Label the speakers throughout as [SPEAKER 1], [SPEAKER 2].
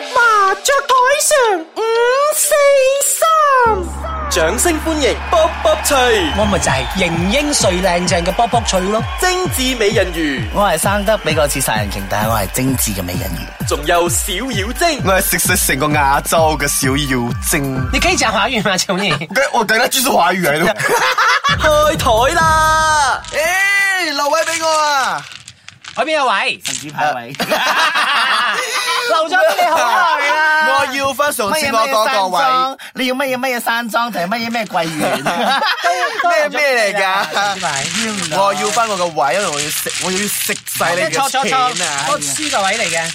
[SPEAKER 1] 著台上五四三，掌聲歡迎卜卜脆，
[SPEAKER 2] 我咪就係型英帥靚正嘅卜卜脆咯，
[SPEAKER 1] 精緻美人魚，
[SPEAKER 2] 我係生得比較似殺人鯨，但係我係精緻嘅美人魚。
[SPEAKER 1] 仲有小妖精，
[SPEAKER 3] 我係食食成個亞洲嘅小妖精。
[SPEAKER 2] 你可以講華語嗎，求你？
[SPEAKER 3] 我等下就是華語 嚟咯。
[SPEAKER 1] 開台啦！
[SPEAKER 3] 誒、留位俾我啊！
[SPEAKER 2] 喺邊有位？
[SPEAKER 4] 紙牌 位，
[SPEAKER 2] 留咗俾你好耐啦。
[SPEAKER 3] 我要翻上次
[SPEAKER 4] 乜嘢
[SPEAKER 3] 我
[SPEAKER 4] 乜嘢
[SPEAKER 3] 嗰個
[SPEAKER 4] 山
[SPEAKER 3] 位。
[SPEAKER 4] 莊，你要乜嘢乜嘢山莊定係乜嘢咩 桂園？
[SPEAKER 3] 咩咩嚟㗎？
[SPEAKER 4] 㗎
[SPEAKER 3] 我要翻我個位，因為我要食，我要食晒你
[SPEAKER 2] 即係錯錯
[SPEAKER 3] 嘅錢
[SPEAKER 2] 錯，
[SPEAKER 3] 啊
[SPEAKER 2] 我！輸個位嚟嘅。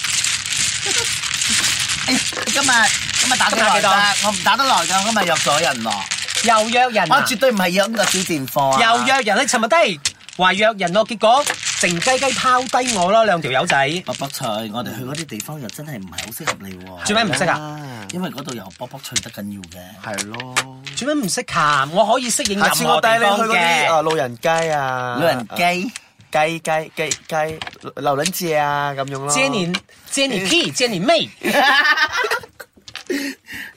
[SPEAKER 4] 今日今日打幾
[SPEAKER 2] 今日打幾
[SPEAKER 4] 耐
[SPEAKER 2] 多
[SPEAKER 4] 㗎？我唔打得耐㗎，我今日約咗人咯。
[SPEAKER 2] 又約人
[SPEAKER 4] 我
[SPEAKER 2] 啊！
[SPEAKER 4] 絕對唔係約呢個小電貨啊！
[SPEAKER 2] 又約人，你尋日都係話約人咯，結果靜雞雞拋低我咯，兩條友仔。
[SPEAKER 4] 卜卜脆，我哋去嗰啲地方又真係唔係好適合你喎。
[SPEAKER 2] 做咩唔識啊？
[SPEAKER 4] 因為嗰度有卜卜脆得緊要嘅。
[SPEAKER 3] 係咯，
[SPEAKER 2] 做咩唔識彈？我可以適應任
[SPEAKER 3] 下次我
[SPEAKER 2] 何
[SPEAKER 3] 帶
[SPEAKER 2] 地方
[SPEAKER 3] 你去嗰啲啊
[SPEAKER 2] 嘅。
[SPEAKER 3] 路人街啊，
[SPEAKER 4] 老人雞，
[SPEAKER 3] 雞雞雞雞榴蓮姐啊咁樣咯。
[SPEAKER 2] Jenny Jenny P Jenny May，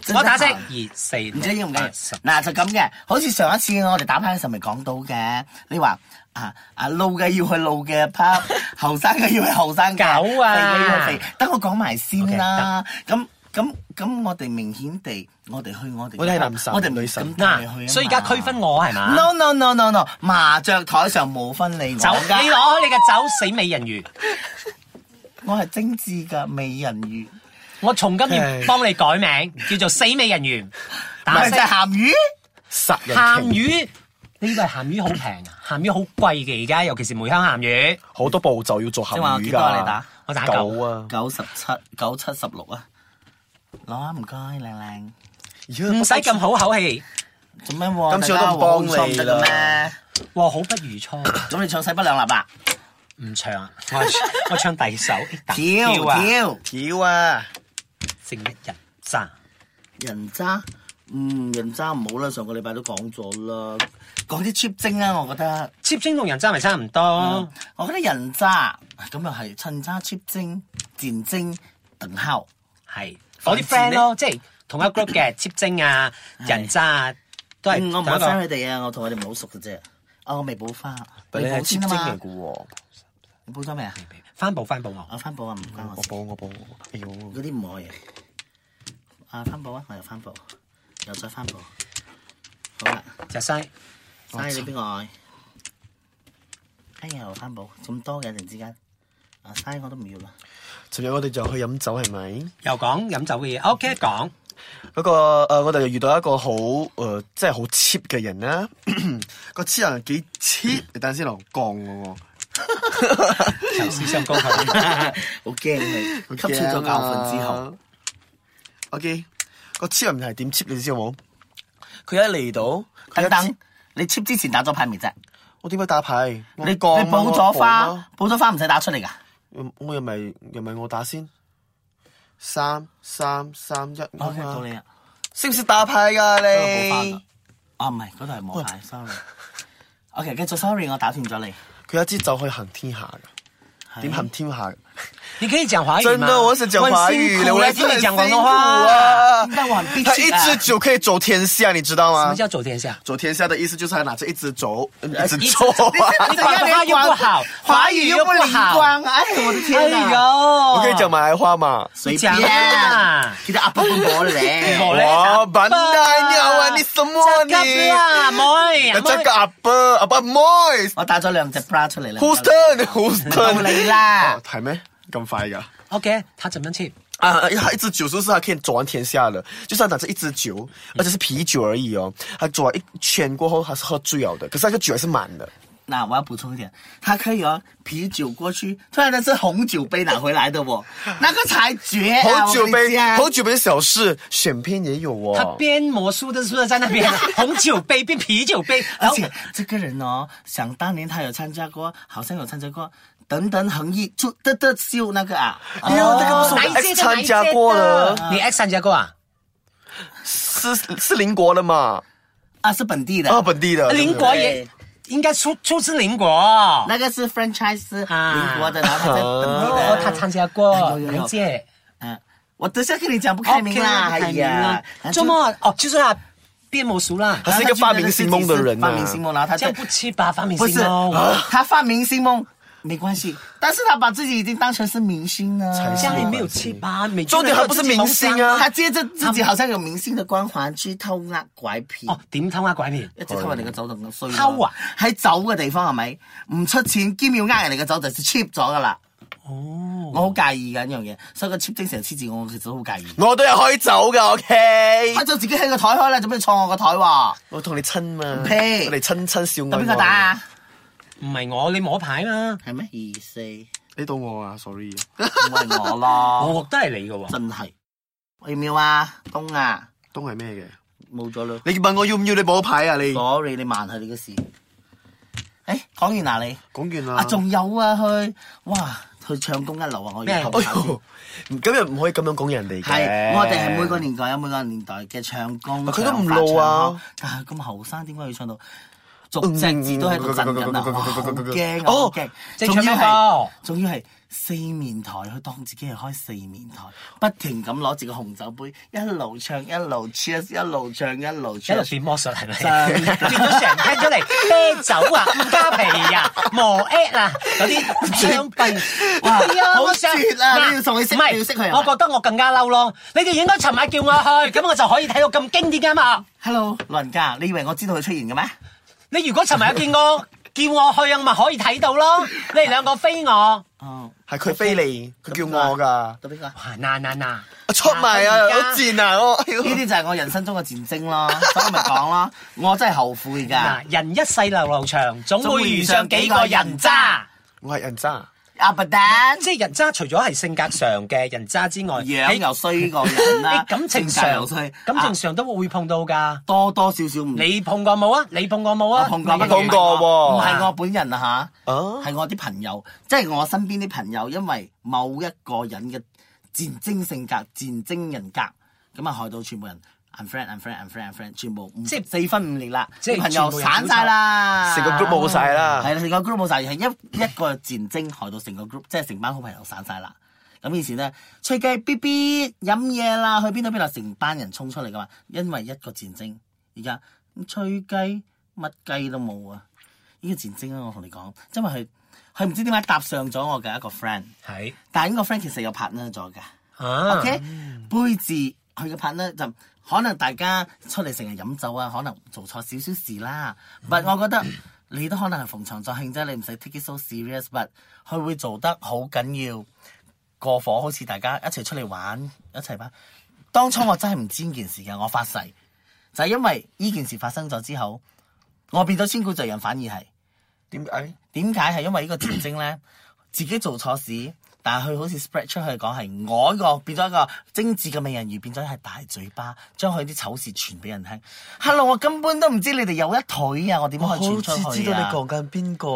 [SPEAKER 4] 真係
[SPEAKER 2] 我打聲
[SPEAKER 4] 行
[SPEAKER 2] 二四
[SPEAKER 4] 唔知要唔
[SPEAKER 2] 六
[SPEAKER 4] 緊要
[SPEAKER 2] 八十。
[SPEAKER 4] 嗱就咁嘅，好似上一次我哋打牌嘅時候咪講到嘅，你話啊啊老嘅要去老嘅 pub，後生嘅要去後生嘅
[SPEAKER 2] 狗啊
[SPEAKER 4] 肥嘅要去肥，等我講埋先啦。咁咁咁，我哋明顯地，我哋去我哋嘅 pub，
[SPEAKER 3] 我哋係男神
[SPEAKER 4] 我哋唔
[SPEAKER 3] 女神
[SPEAKER 4] 咁帶你去
[SPEAKER 2] 嗱，
[SPEAKER 4] 啊
[SPEAKER 2] 所以而家
[SPEAKER 4] 嘛
[SPEAKER 2] 區分我係嘛？
[SPEAKER 4] No no no no no，麻雀台上冇分你我
[SPEAKER 2] 酒，
[SPEAKER 4] 㗎
[SPEAKER 2] 你攞開你嘅酒死美人魚，
[SPEAKER 4] 我係精緻嘅美人魚，
[SPEAKER 2] 我從今要幫你改名，叫做死美人魚。打
[SPEAKER 4] 咪就
[SPEAKER 2] 聲
[SPEAKER 4] 係鹹魚。
[SPEAKER 3] 殺人
[SPEAKER 2] 鹹
[SPEAKER 3] 鯨，
[SPEAKER 2] 魚，你以為鹹魚好平啊？鹹魚好貴嘅而家，尤其是梅香鹹魚。
[SPEAKER 3] 好多步驟要做鹹
[SPEAKER 4] 你話
[SPEAKER 3] 魚
[SPEAKER 4] 幾
[SPEAKER 3] 㗎。
[SPEAKER 4] 多啊你打
[SPEAKER 2] 我打
[SPEAKER 3] 九啊！
[SPEAKER 4] 九十七九七十六啊，攞啊唔該，靚靚。嗯
[SPEAKER 2] 唔使咁好口氣，
[SPEAKER 4] 做咩喎？
[SPEAKER 3] 今次我都唔幫你啦
[SPEAKER 4] 大家
[SPEAKER 2] 和好不如初。
[SPEAKER 4] 和好唔得嘅咩？咁你唱《勢不兩立》啊？
[SPEAKER 2] 唔唱啊，我 我唱第二首。
[SPEAKER 4] 跳
[SPEAKER 2] 啊，
[SPEAKER 4] 跳
[SPEAKER 3] 條啊！
[SPEAKER 2] 正一人渣。
[SPEAKER 4] 人渣，嗯，人渣唔好啦，上個禮拜都講咗啦，講啲 cheap 精啊，我覺得，
[SPEAKER 2] 接精同人渣咪差唔多。
[SPEAKER 4] 我覺得人渣咁又係趁渣 cheap 精、賤精、等敲，
[SPEAKER 2] 係我啲 friend 咯，即係同一 group 嘅接精啊、人渣啊，都係
[SPEAKER 4] 嗯，我唔
[SPEAKER 2] 同
[SPEAKER 4] 係
[SPEAKER 2] 一個
[SPEAKER 4] friend 佢哋啊，我同佢哋唔係好熟嘅啫。啊，我未補花，
[SPEAKER 3] 但
[SPEAKER 4] 你
[SPEAKER 3] 你係
[SPEAKER 4] 補
[SPEAKER 3] 簽
[SPEAKER 4] 先啊
[SPEAKER 3] 證嚟嘅
[SPEAKER 4] 嘛，
[SPEAKER 3] 喎，
[SPEAKER 4] 你補咗未啊？
[SPEAKER 2] 翻報翻報我。
[SPEAKER 4] 我翻補啊，唔關我
[SPEAKER 3] 我
[SPEAKER 4] 事。
[SPEAKER 3] 報我報，哎呦！
[SPEAKER 4] 嗰啲唔可以。啊，翻補啊，我又翻補，又再翻補。好啦。
[SPEAKER 2] 就西，
[SPEAKER 4] 嘥咗邊個愛？哎呀，羅翻寶咁多嘅，突然之間，啊嘥我都唔要 啦。
[SPEAKER 3] 尋日我哋就去飲酒係咪？
[SPEAKER 2] 又講飲酒嘅嘢。OK，講
[SPEAKER 3] 嗰個、呃、我哋就遇到一個好誒、呃即係好 cheap 嘅人啦。 個 cheap 人幾 cheap？你
[SPEAKER 4] 嗯
[SPEAKER 3] 等陣先，我降我
[SPEAKER 2] 就思想 高級。
[SPEAKER 4] 好驚佢，吸
[SPEAKER 3] 喎。
[SPEAKER 4] 取咗教訓
[SPEAKER 3] ờ,
[SPEAKER 4] 之後，
[SPEAKER 3] 啊，OK，個 cheap 人係點 cheap 你知冇？佢一嚟到，佢一
[SPEAKER 4] 等等，你 cheap 之前打咗牌未啫？
[SPEAKER 3] 我點解打牌？我
[SPEAKER 4] 你你
[SPEAKER 3] 降啊
[SPEAKER 4] 補咗
[SPEAKER 3] 我降
[SPEAKER 4] 花
[SPEAKER 3] 啊，
[SPEAKER 4] 補咗花唔使打出嚟噶。
[SPEAKER 3] 我又咪又咪我打先？三三三一啊
[SPEAKER 4] 我聽
[SPEAKER 3] 嘛
[SPEAKER 4] 到你啊，
[SPEAKER 3] 識唔識打牌㗎
[SPEAKER 4] 冇翻
[SPEAKER 3] 你
[SPEAKER 4] 啦？。啊唔係，嗰度係冇牌，sorry。OK，繼續，sorry，我打斷咗你。
[SPEAKER 3] 佢一支酒可以行天下㗎，點行天下㗎？
[SPEAKER 2] 你可以講華語
[SPEAKER 3] 真
[SPEAKER 2] 嗎？
[SPEAKER 3] 的，我是講華語，
[SPEAKER 2] 我
[SPEAKER 3] 我
[SPEAKER 2] 來
[SPEAKER 3] 來
[SPEAKER 2] 聽你講廣
[SPEAKER 3] 東
[SPEAKER 2] 東話。
[SPEAKER 3] 啊
[SPEAKER 4] 應該話必
[SPEAKER 3] 他一支酒可以走天下，你知道
[SPEAKER 2] 什麼
[SPEAKER 3] 嗎？
[SPEAKER 2] 叫走天下？
[SPEAKER 3] 走天下的意思就是他拿着一支酒，嗯一支
[SPEAKER 2] 一支
[SPEAKER 3] 酒啊。
[SPEAKER 2] 你廣東 話又不好，華語又不好。
[SPEAKER 4] 光，哎，我的
[SPEAKER 2] 哎
[SPEAKER 4] 天
[SPEAKER 2] 呦，
[SPEAKER 4] 啊！
[SPEAKER 3] 我可以講馬來話嘛？
[SPEAKER 4] 隨
[SPEAKER 2] 你講啊
[SPEAKER 4] 便，記得阿伯我咧。
[SPEAKER 2] 我咧
[SPEAKER 3] 哇，笨蛋啊！你什麼
[SPEAKER 2] 真急
[SPEAKER 3] 你？
[SPEAKER 2] 啦，妹，
[SPEAKER 3] 那這
[SPEAKER 2] 妹
[SPEAKER 3] 個阿伯阿伯 m o y
[SPEAKER 4] 我打咗兩隻 bra 出嚟啦。
[SPEAKER 3] Houston
[SPEAKER 4] 到
[SPEAKER 3] Houston，
[SPEAKER 4] 你啦
[SPEAKER 3] 哦，係咩？咁快㗎？
[SPEAKER 2] OK，他怎麼樣去？
[SPEAKER 3] 啊，他一支酒是不是他可以走完天下了？就是他拿着一支酒，而且是啤酒而已哦。他走完一圈过后，他是喝醉了的，可是那个酒还是满的。
[SPEAKER 4] 那我要补充一点，他可以哦，啤酒过去，突然的是红酒杯拿回来的哦，那个才绝、啊！
[SPEAKER 3] 红酒杯，
[SPEAKER 4] 红
[SPEAKER 3] 红酒杯小事，选片也有
[SPEAKER 2] 他
[SPEAKER 3] 哦。
[SPEAKER 2] 邊魔術的是不是在那邊？紅酒杯變啤酒杯，
[SPEAKER 4] 而
[SPEAKER 2] 然後
[SPEAKER 4] 且这个人哦，想当年他有参加过，好像有参加过《等等恒毅出得得秀》那个啊，
[SPEAKER 3] 哎呦，那个不是我
[SPEAKER 2] 哪一
[SPEAKER 3] 们
[SPEAKER 2] 屆
[SPEAKER 3] X
[SPEAKER 2] 的
[SPEAKER 3] 参加过了，
[SPEAKER 2] 你 X 參加過啊？
[SPEAKER 3] 是是邻国的嘛？
[SPEAKER 4] 啊是本地的，
[SPEAKER 3] 啊，本
[SPEAKER 4] 呃
[SPEAKER 3] 地的
[SPEAKER 2] 鄰國也應該出出自鄰國。
[SPEAKER 4] 那个是 franchise 是
[SPEAKER 2] 啊
[SPEAKER 4] 邻国的，然后他在本地
[SPEAKER 2] 哦，
[SPEAKER 4] 的，
[SPEAKER 2] 他參加過
[SPEAKER 4] 呃哎有有有
[SPEAKER 2] 哪一屆？
[SPEAKER 4] 嗯、我等下跟你讲，不开明啦，哎呀，
[SPEAKER 2] 周末哦，就是啊，变魔术啦，
[SPEAKER 3] 他
[SPEAKER 4] 啊
[SPEAKER 3] 是一个发明星梦的人啊
[SPEAKER 4] 发明星梦，然后他
[SPEAKER 2] 这
[SPEAKER 4] 在
[SPEAKER 2] 样不去吧？发明
[SPEAKER 4] 不
[SPEAKER 2] 星哦
[SPEAKER 4] 是啊
[SPEAKER 2] 咯，
[SPEAKER 3] 啊
[SPEAKER 4] 他发明星梦没关系，但是他把自己已经当成是明星了，
[SPEAKER 3] 才
[SPEAKER 2] 这
[SPEAKER 3] 是
[SPEAKER 2] 样也没有去吧？每
[SPEAKER 3] 重點
[SPEAKER 2] 还
[SPEAKER 3] 還不是明星啊
[SPEAKER 4] 他借着自己好像有明星的光环去偷呃拐騙。
[SPEAKER 2] 哦，點偷呃拐騙？
[SPEAKER 4] 一直偷人哋嘅酒就咁衰啦
[SPEAKER 2] 偷啊！
[SPEAKER 4] 喺酒嘅地方係咪唔出錢兼要呃人哋嘅酒就 cheap 咗噶啦？哦，我好介意㗎呢樣嘢，所以個 cheap 精成日黐住我，我其實都好介意。
[SPEAKER 3] 我都有開酒噶，OK
[SPEAKER 4] 開。咗自己喺個台開啦，做咩坐我個台喎？
[SPEAKER 3] 我同你親嘛，
[SPEAKER 4] 呸
[SPEAKER 3] 我哋親親笑
[SPEAKER 4] 咁
[SPEAKER 3] 愛。
[SPEAKER 4] 邊個打？啊？
[SPEAKER 2] 唔係我，你摸牌嘛？
[SPEAKER 4] 係咩？二四唔
[SPEAKER 3] 你到我啊，sorry。
[SPEAKER 4] 係我咯，
[SPEAKER 3] 哦
[SPEAKER 2] 我覺得係你嘅喎。
[SPEAKER 4] 真係要唔要啊？東啊，
[SPEAKER 3] 東係咩嘅？
[SPEAKER 4] 冇咗啦。
[SPEAKER 3] 你問我要唔要你冇牌啊？你
[SPEAKER 4] sorry，你慢係你嘅事。誒，講完啦你。
[SPEAKER 3] 講完啦。
[SPEAKER 4] 啊，仲有啊，去哇，去唱功一流啊！我
[SPEAKER 2] 咩
[SPEAKER 4] 要
[SPEAKER 3] 哎
[SPEAKER 4] 投下先
[SPEAKER 3] 呦，咁又唔可以咁樣講人哋嘅。
[SPEAKER 4] 係，我哋係每個年代有每個年代嘅唱功，
[SPEAKER 3] 佢都
[SPEAKER 4] 唱
[SPEAKER 3] 唔
[SPEAKER 4] 法
[SPEAKER 3] 老啊！
[SPEAKER 4] 唱腔但係咁後生點解要唱到逐隻字都喺度震緊啊？哇好驚啊！好
[SPEAKER 3] 哦
[SPEAKER 4] 驚！
[SPEAKER 2] 即係
[SPEAKER 4] 仲要
[SPEAKER 2] 唱咩歌
[SPEAKER 4] 係仲要係四面台，佢當自己係開四面台，不停咁攞住個紅酒杯，一路唱一路 cheers，一路唱一
[SPEAKER 2] 一
[SPEAKER 4] 路
[SPEAKER 2] 路
[SPEAKER 4] cheers。
[SPEAKER 2] 變魔術係咪？
[SPEAKER 4] 真
[SPEAKER 2] 轉咗成聽出嚟啤酒啊、五加皮啊、磨 at 啊嗰 啲槍斃，哇！
[SPEAKER 4] 好絕啊
[SPEAKER 2] 嗱
[SPEAKER 4] 你要同佢識
[SPEAKER 2] 唔係
[SPEAKER 4] 你要識佢啊
[SPEAKER 2] 我覺得我更加嬲咯。你哋應該尋晚叫我去，咁我就可以睇到咁經典嘅音樂。
[SPEAKER 4] Hello，老人家，你以為我知道佢出現嘅咩？
[SPEAKER 2] 你如果尋晚有見我， 叫我去啊，咪可以睇到咯。你哋兩個飛我，
[SPEAKER 4] 哦，
[SPEAKER 3] 係佢飛你，佢叫我㗎。
[SPEAKER 4] 到邊個？
[SPEAKER 2] 哇！嗱嗱嗱，
[SPEAKER 3] 出埋啊，
[SPEAKER 2] 嗱
[SPEAKER 3] 好賤啊！我哎呦
[SPEAKER 4] 呢啲就係我人生中嘅戰爭咯，所以我咪講咯，我真係後悔㗎。
[SPEAKER 2] 嗱，人一世流流長，總會遇上幾個人渣。
[SPEAKER 3] 我係人渣。
[SPEAKER 4] 阿伯丹。
[SPEAKER 2] 即係人渣，除咗係性格上嘅人渣之外，
[SPEAKER 4] 樣
[SPEAKER 2] 喺
[SPEAKER 4] 又衰過人
[SPEAKER 2] 你
[SPEAKER 4] 啦，
[SPEAKER 2] 感情
[SPEAKER 4] 性格
[SPEAKER 2] 上
[SPEAKER 4] 又衰，，
[SPEAKER 2] 感情
[SPEAKER 4] 啊
[SPEAKER 2] 上都會碰到噶。
[SPEAKER 4] 多多少少唔。
[SPEAKER 2] 你碰過冇啊？你碰過冇
[SPEAKER 4] 我
[SPEAKER 2] 啊？
[SPEAKER 4] 碰過，
[SPEAKER 2] 你
[SPEAKER 4] 不
[SPEAKER 3] 碰過
[SPEAKER 4] 唔
[SPEAKER 3] 喎
[SPEAKER 4] 係我本人啊吓，
[SPEAKER 3] 哦
[SPEAKER 4] 係我啲朋友，即係我身邊啲朋友，因為某一個人嘅戰爭性格、戰爭人格，咁啊害到全部人 unfriend、unfriend、unfriend、unfriend，全部五
[SPEAKER 2] 即係
[SPEAKER 4] 四分五裂啦，
[SPEAKER 2] 即係
[SPEAKER 4] 朋友
[SPEAKER 2] 全部人
[SPEAKER 4] 散晒啦，
[SPEAKER 3] 成個 group 冇晒啦
[SPEAKER 4] 係啦，成個 group 冇晒，係一一個戰爭害到成個 group，即係成班好朋友散晒啦。咁以前咧，吹雞 B B 飲嘢啦，去邊度邊度，成班人衝出嚟噶嘛，因為一個戰爭。而家咁吹雞乜雞都冇啊！呢、個戰爭啊，我同你講，因為佢佢唔知點解搭上咗我嘅一個 friend，
[SPEAKER 2] 係
[SPEAKER 4] 但係呢個 friend 其實有 partner 咗㗎。
[SPEAKER 2] 啊
[SPEAKER 4] OK，杯字佢嘅 partner 就可能大家出嚟成日飲酒啊，可能做錯少少事啦。但我覺得你都可能係逢場作興啫，你唔使 take it so serious。but 佢會做得好緊要過火，好似大家一齊出嚟玩一齊玩。當初我真係唔知呢件事嘅，我發誓就係、因為呢件事發生咗之後，我變咗千古罪人，反而係。
[SPEAKER 3] 點解？
[SPEAKER 4] 點解係因為呢 個戰爭咧，自己做錯事，但係佢好似 spread 出去講係我呢個變咗一個精緻嘅美人魚，變咗係大嘴巴，將佢啲醜事傳俾人聽。Hello，我根本都唔知你哋有一腿啊！我點
[SPEAKER 3] 我
[SPEAKER 4] 可
[SPEAKER 3] 哦好
[SPEAKER 4] 以傳出
[SPEAKER 3] 似
[SPEAKER 4] 去
[SPEAKER 3] 知道你
[SPEAKER 4] 啊？
[SPEAKER 3] 講緊邊個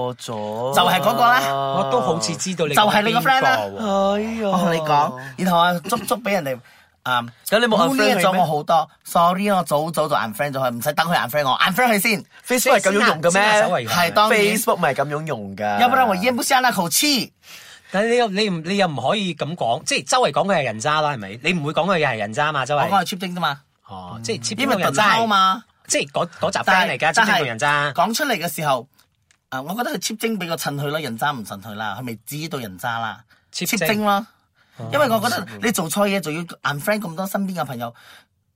[SPEAKER 4] 就
[SPEAKER 3] 咗，
[SPEAKER 4] 係嗰個啦
[SPEAKER 2] 我都好似知道你
[SPEAKER 4] 就係你個 friend 啦
[SPEAKER 2] 邊個喎
[SPEAKER 3] 哎呀，
[SPEAKER 4] 我同你講，然後啊，足足俾人哋。啊！
[SPEAKER 3] 咁你冇 unfriend 佢咩
[SPEAKER 4] 咗我好多，sorry，我早早就 unfriend 咗佢，唔使等佢 unfriend 我，unfriend 佢先。
[SPEAKER 3] Facebook 係咁樣用嘅
[SPEAKER 2] 先下手為
[SPEAKER 3] 咩
[SPEAKER 2] 強
[SPEAKER 4] 係當然
[SPEAKER 3] ？Facebook 唔係咁樣用㗎。
[SPEAKER 4] 要不然我咽不下那口氣。
[SPEAKER 2] 但係你又你唔你又唔可以咁講，即係周圍講佢係人渣啦，係咪？你唔會講佢係人渣嘛？周
[SPEAKER 4] 我
[SPEAKER 2] 圍
[SPEAKER 4] 講係 cheap 丁啫嘛，
[SPEAKER 2] 哦，即係切
[SPEAKER 4] 因
[SPEAKER 2] 邊
[SPEAKER 4] 為
[SPEAKER 2] 個
[SPEAKER 4] 燉
[SPEAKER 2] 人渣
[SPEAKER 4] 烤？嘛。
[SPEAKER 2] 即係嗰嗰集 friend
[SPEAKER 4] 但
[SPEAKER 2] 嚟㗎，
[SPEAKER 4] 係
[SPEAKER 2] 切
[SPEAKER 4] 但
[SPEAKER 2] 邊
[SPEAKER 4] 係
[SPEAKER 2] 個人渣？
[SPEAKER 4] 講出嚟嘅時候，啊，我覺得佢切精俾個襯佢啦，人渣唔襯佢啦，佢咪知道人渣啦，
[SPEAKER 2] 切
[SPEAKER 4] 切
[SPEAKER 2] 精
[SPEAKER 4] 精啦。因為我覺得你做錯嘢，仲要 unfriend 咁多身邊嘅朋友，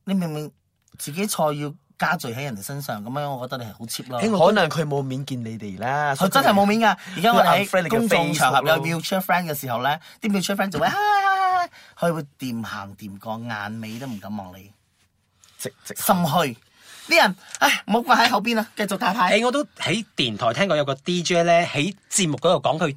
[SPEAKER 4] 你明明自己錯要加罪喺人哋身上，咁樣我覺得你係好 cheap 咯。
[SPEAKER 3] 可能佢冇面見你哋啦，
[SPEAKER 4] 佢真係冇面㗎。而家我哋
[SPEAKER 3] 佢 unfriend
[SPEAKER 4] 喺
[SPEAKER 3] 你嘅
[SPEAKER 4] 公眾場合
[SPEAKER 3] Facebook 咯
[SPEAKER 4] 有 mutual friend 嘅時候咧，啲 mutual friend 就會嗨嗨嗨嗨佢會掂行掂過，眼尾都唔敢望你，
[SPEAKER 3] 直直
[SPEAKER 4] 心虛。啲人，唉，唔好掛喺口邊啦，繼續打牌。
[SPEAKER 2] 誒，我都喺電台聽過有個 DJ 咧，喺節目嗰度講佢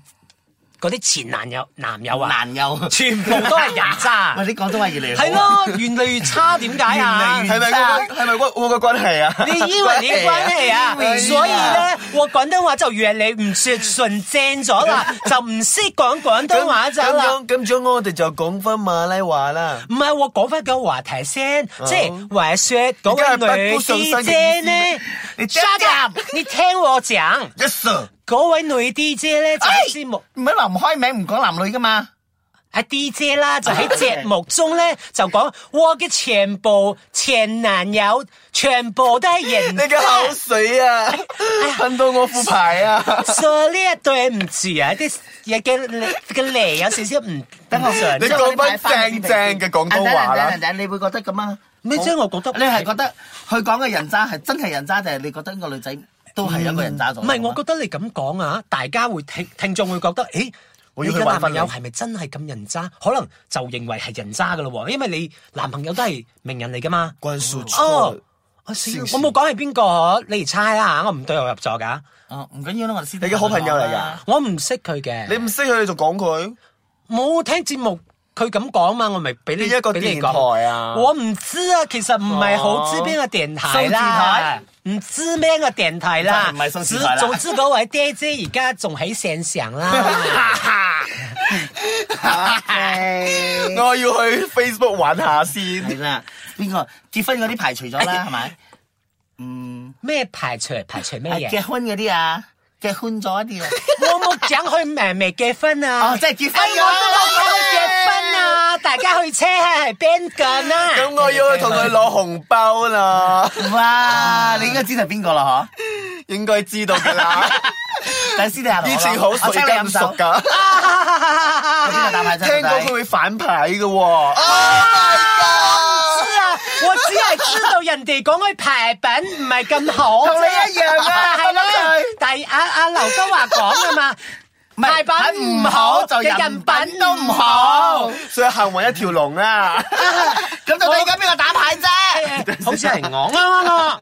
[SPEAKER 2] 嗰啲前男友男友啊，
[SPEAKER 4] 難友。
[SPEAKER 2] 全部都係人渣
[SPEAKER 4] 喂，。你廣東話越嚟越好
[SPEAKER 2] 係，咯，越嚟越差，點解啊？
[SPEAKER 4] 越嚟
[SPEAKER 3] 係咪嗰個係咪嗰個我個關係啊？
[SPEAKER 2] 你因為你關係啊，
[SPEAKER 3] 哎
[SPEAKER 2] 所以咧，我廣東話就越嚟唔說純正咗啦， 就唔識講廣東話
[SPEAKER 3] 咁
[SPEAKER 2] 咋啦。
[SPEAKER 3] 樣咁樣，我哋就講翻馬拉話啦。
[SPEAKER 2] 唔係，我講翻個話題先，
[SPEAKER 3] 哦
[SPEAKER 2] 即係話說嗰位女 DJ 呢，
[SPEAKER 4] 你
[SPEAKER 2] 沙集，你聽我講，
[SPEAKER 4] Yes sir，
[SPEAKER 3] 哎
[SPEAKER 2] 嗰位女 DJ 咧就喺節目，
[SPEAKER 4] 唔係話唔開名唔講男女噶嘛，
[SPEAKER 2] 阿 DJ 啦，就
[SPEAKER 3] 哎
[SPEAKER 2] 喺節目中咧就講我嘅全部前男友全部都係哎人渣。
[SPEAKER 3] 你嘅口水 啊，噴到我副牌啊！
[SPEAKER 2] 所以呢一對唔住啊，啲嘢嘅嘅嚟有少少唔得上
[SPEAKER 3] 你。講翻正正嘅廣東話
[SPEAKER 4] 等
[SPEAKER 3] 啦
[SPEAKER 4] 等等等你會覺得咁啊？
[SPEAKER 2] 咩即係我覺得
[SPEAKER 4] 你係覺得佢講嘅人渣係真係人渣，定係你覺得個女仔都係一個人渣咗？
[SPEAKER 2] 唔係，我覺得你咁講啊，大家會聽聽眾會覺得，誒，
[SPEAKER 3] 我
[SPEAKER 2] 你
[SPEAKER 3] 要去
[SPEAKER 2] 嘅
[SPEAKER 3] 玩
[SPEAKER 2] 男
[SPEAKER 3] 返
[SPEAKER 2] 朋
[SPEAKER 3] 你
[SPEAKER 2] 友係咪真係咁人渣？可能就認為係人渣噶咯喎，因為你男朋友都係名人嚟噶嘛。
[SPEAKER 3] 關數錯
[SPEAKER 2] 哦，我死啦
[SPEAKER 3] 笑死
[SPEAKER 2] 我冇講係邊個，你嚟猜啦嚇，我唔對號入座㗎，
[SPEAKER 4] 哦，唔緊要啦，我哋先。
[SPEAKER 3] 你嘅好朋友嚟㗎，
[SPEAKER 2] 我唔識佢嘅。
[SPEAKER 3] 你唔識佢，你仲講佢？
[SPEAKER 2] 冇聽節目，佢咁講嘛，我咪俾你
[SPEAKER 3] 邊一個
[SPEAKER 2] 俾你
[SPEAKER 3] 電
[SPEAKER 2] 講
[SPEAKER 3] 台啊
[SPEAKER 2] 我唔知啊，其實唔係好知邊個電台啦
[SPEAKER 4] 哦，
[SPEAKER 2] 唔知咩個電台啦，
[SPEAKER 4] 真係唔係收視
[SPEAKER 2] 只
[SPEAKER 4] 台啦
[SPEAKER 2] 總之嗰位爹姐而家仲喺線上 啦。
[SPEAKER 3] 我要去 Facebook 玩下先。
[SPEAKER 4] 係啦，邊個結婚嗰啲排除咗啦，係咪？嗯，
[SPEAKER 2] 咩排除排除咩
[SPEAKER 4] 係
[SPEAKER 2] 嘢
[SPEAKER 4] 結？婚嗰啲啊，結婚 咗一啲啊，
[SPEAKER 2] 我冇講佢誒未結婚啊！
[SPEAKER 4] 哦，即係結
[SPEAKER 2] 哎
[SPEAKER 4] 婚
[SPEAKER 2] 我都冇講佢結婚啊！大家去 check 下係邊個啊啦。
[SPEAKER 3] 咁我要去同佢攞紅包啦，
[SPEAKER 4] 咗。哇！你應該知道邊個啦，
[SPEAKER 3] 應該知道 㗎啦。
[SPEAKER 4] 嗬？等先你係
[SPEAKER 3] 以前好熟，
[SPEAKER 4] 我
[SPEAKER 3] 而
[SPEAKER 4] 請你
[SPEAKER 3] 家唔
[SPEAKER 4] 飲
[SPEAKER 3] 熟
[SPEAKER 4] 酒。
[SPEAKER 3] 㗎。
[SPEAKER 4] 邊個打牌
[SPEAKER 3] 聽講佢
[SPEAKER 4] 啫？
[SPEAKER 3] 會反牌㗎喎。
[SPEAKER 2] 知啊，我只係知道人哋講佢牌品唔係咁好，
[SPEAKER 3] 同你一樣 啊
[SPEAKER 2] 係啦
[SPEAKER 3] 乜嘢。
[SPEAKER 2] 但係阿阿劉德華講啊嘛，
[SPEAKER 4] 啊唔
[SPEAKER 2] 牌
[SPEAKER 4] 係
[SPEAKER 2] 品唔好
[SPEAKER 4] 就
[SPEAKER 2] 嘅人
[SPEAKER 4] 人
[SPEAKER 2] 品
[SPEAKER 4] 品
[SPEAKER 2] 都
[SPEAKER 4] 都
[SPEAKER 2] 唔
[SPEAKER 4] 唔
[SPEAKER 2] 好
[SPEAKER 4] 好。
[SPEAKER 3] 所以行運一條龍啊！
[SPEAKER 4] 咁到底而家邊個打牌 啫？
[SPEAKER 2] 好似係我啱啱啊。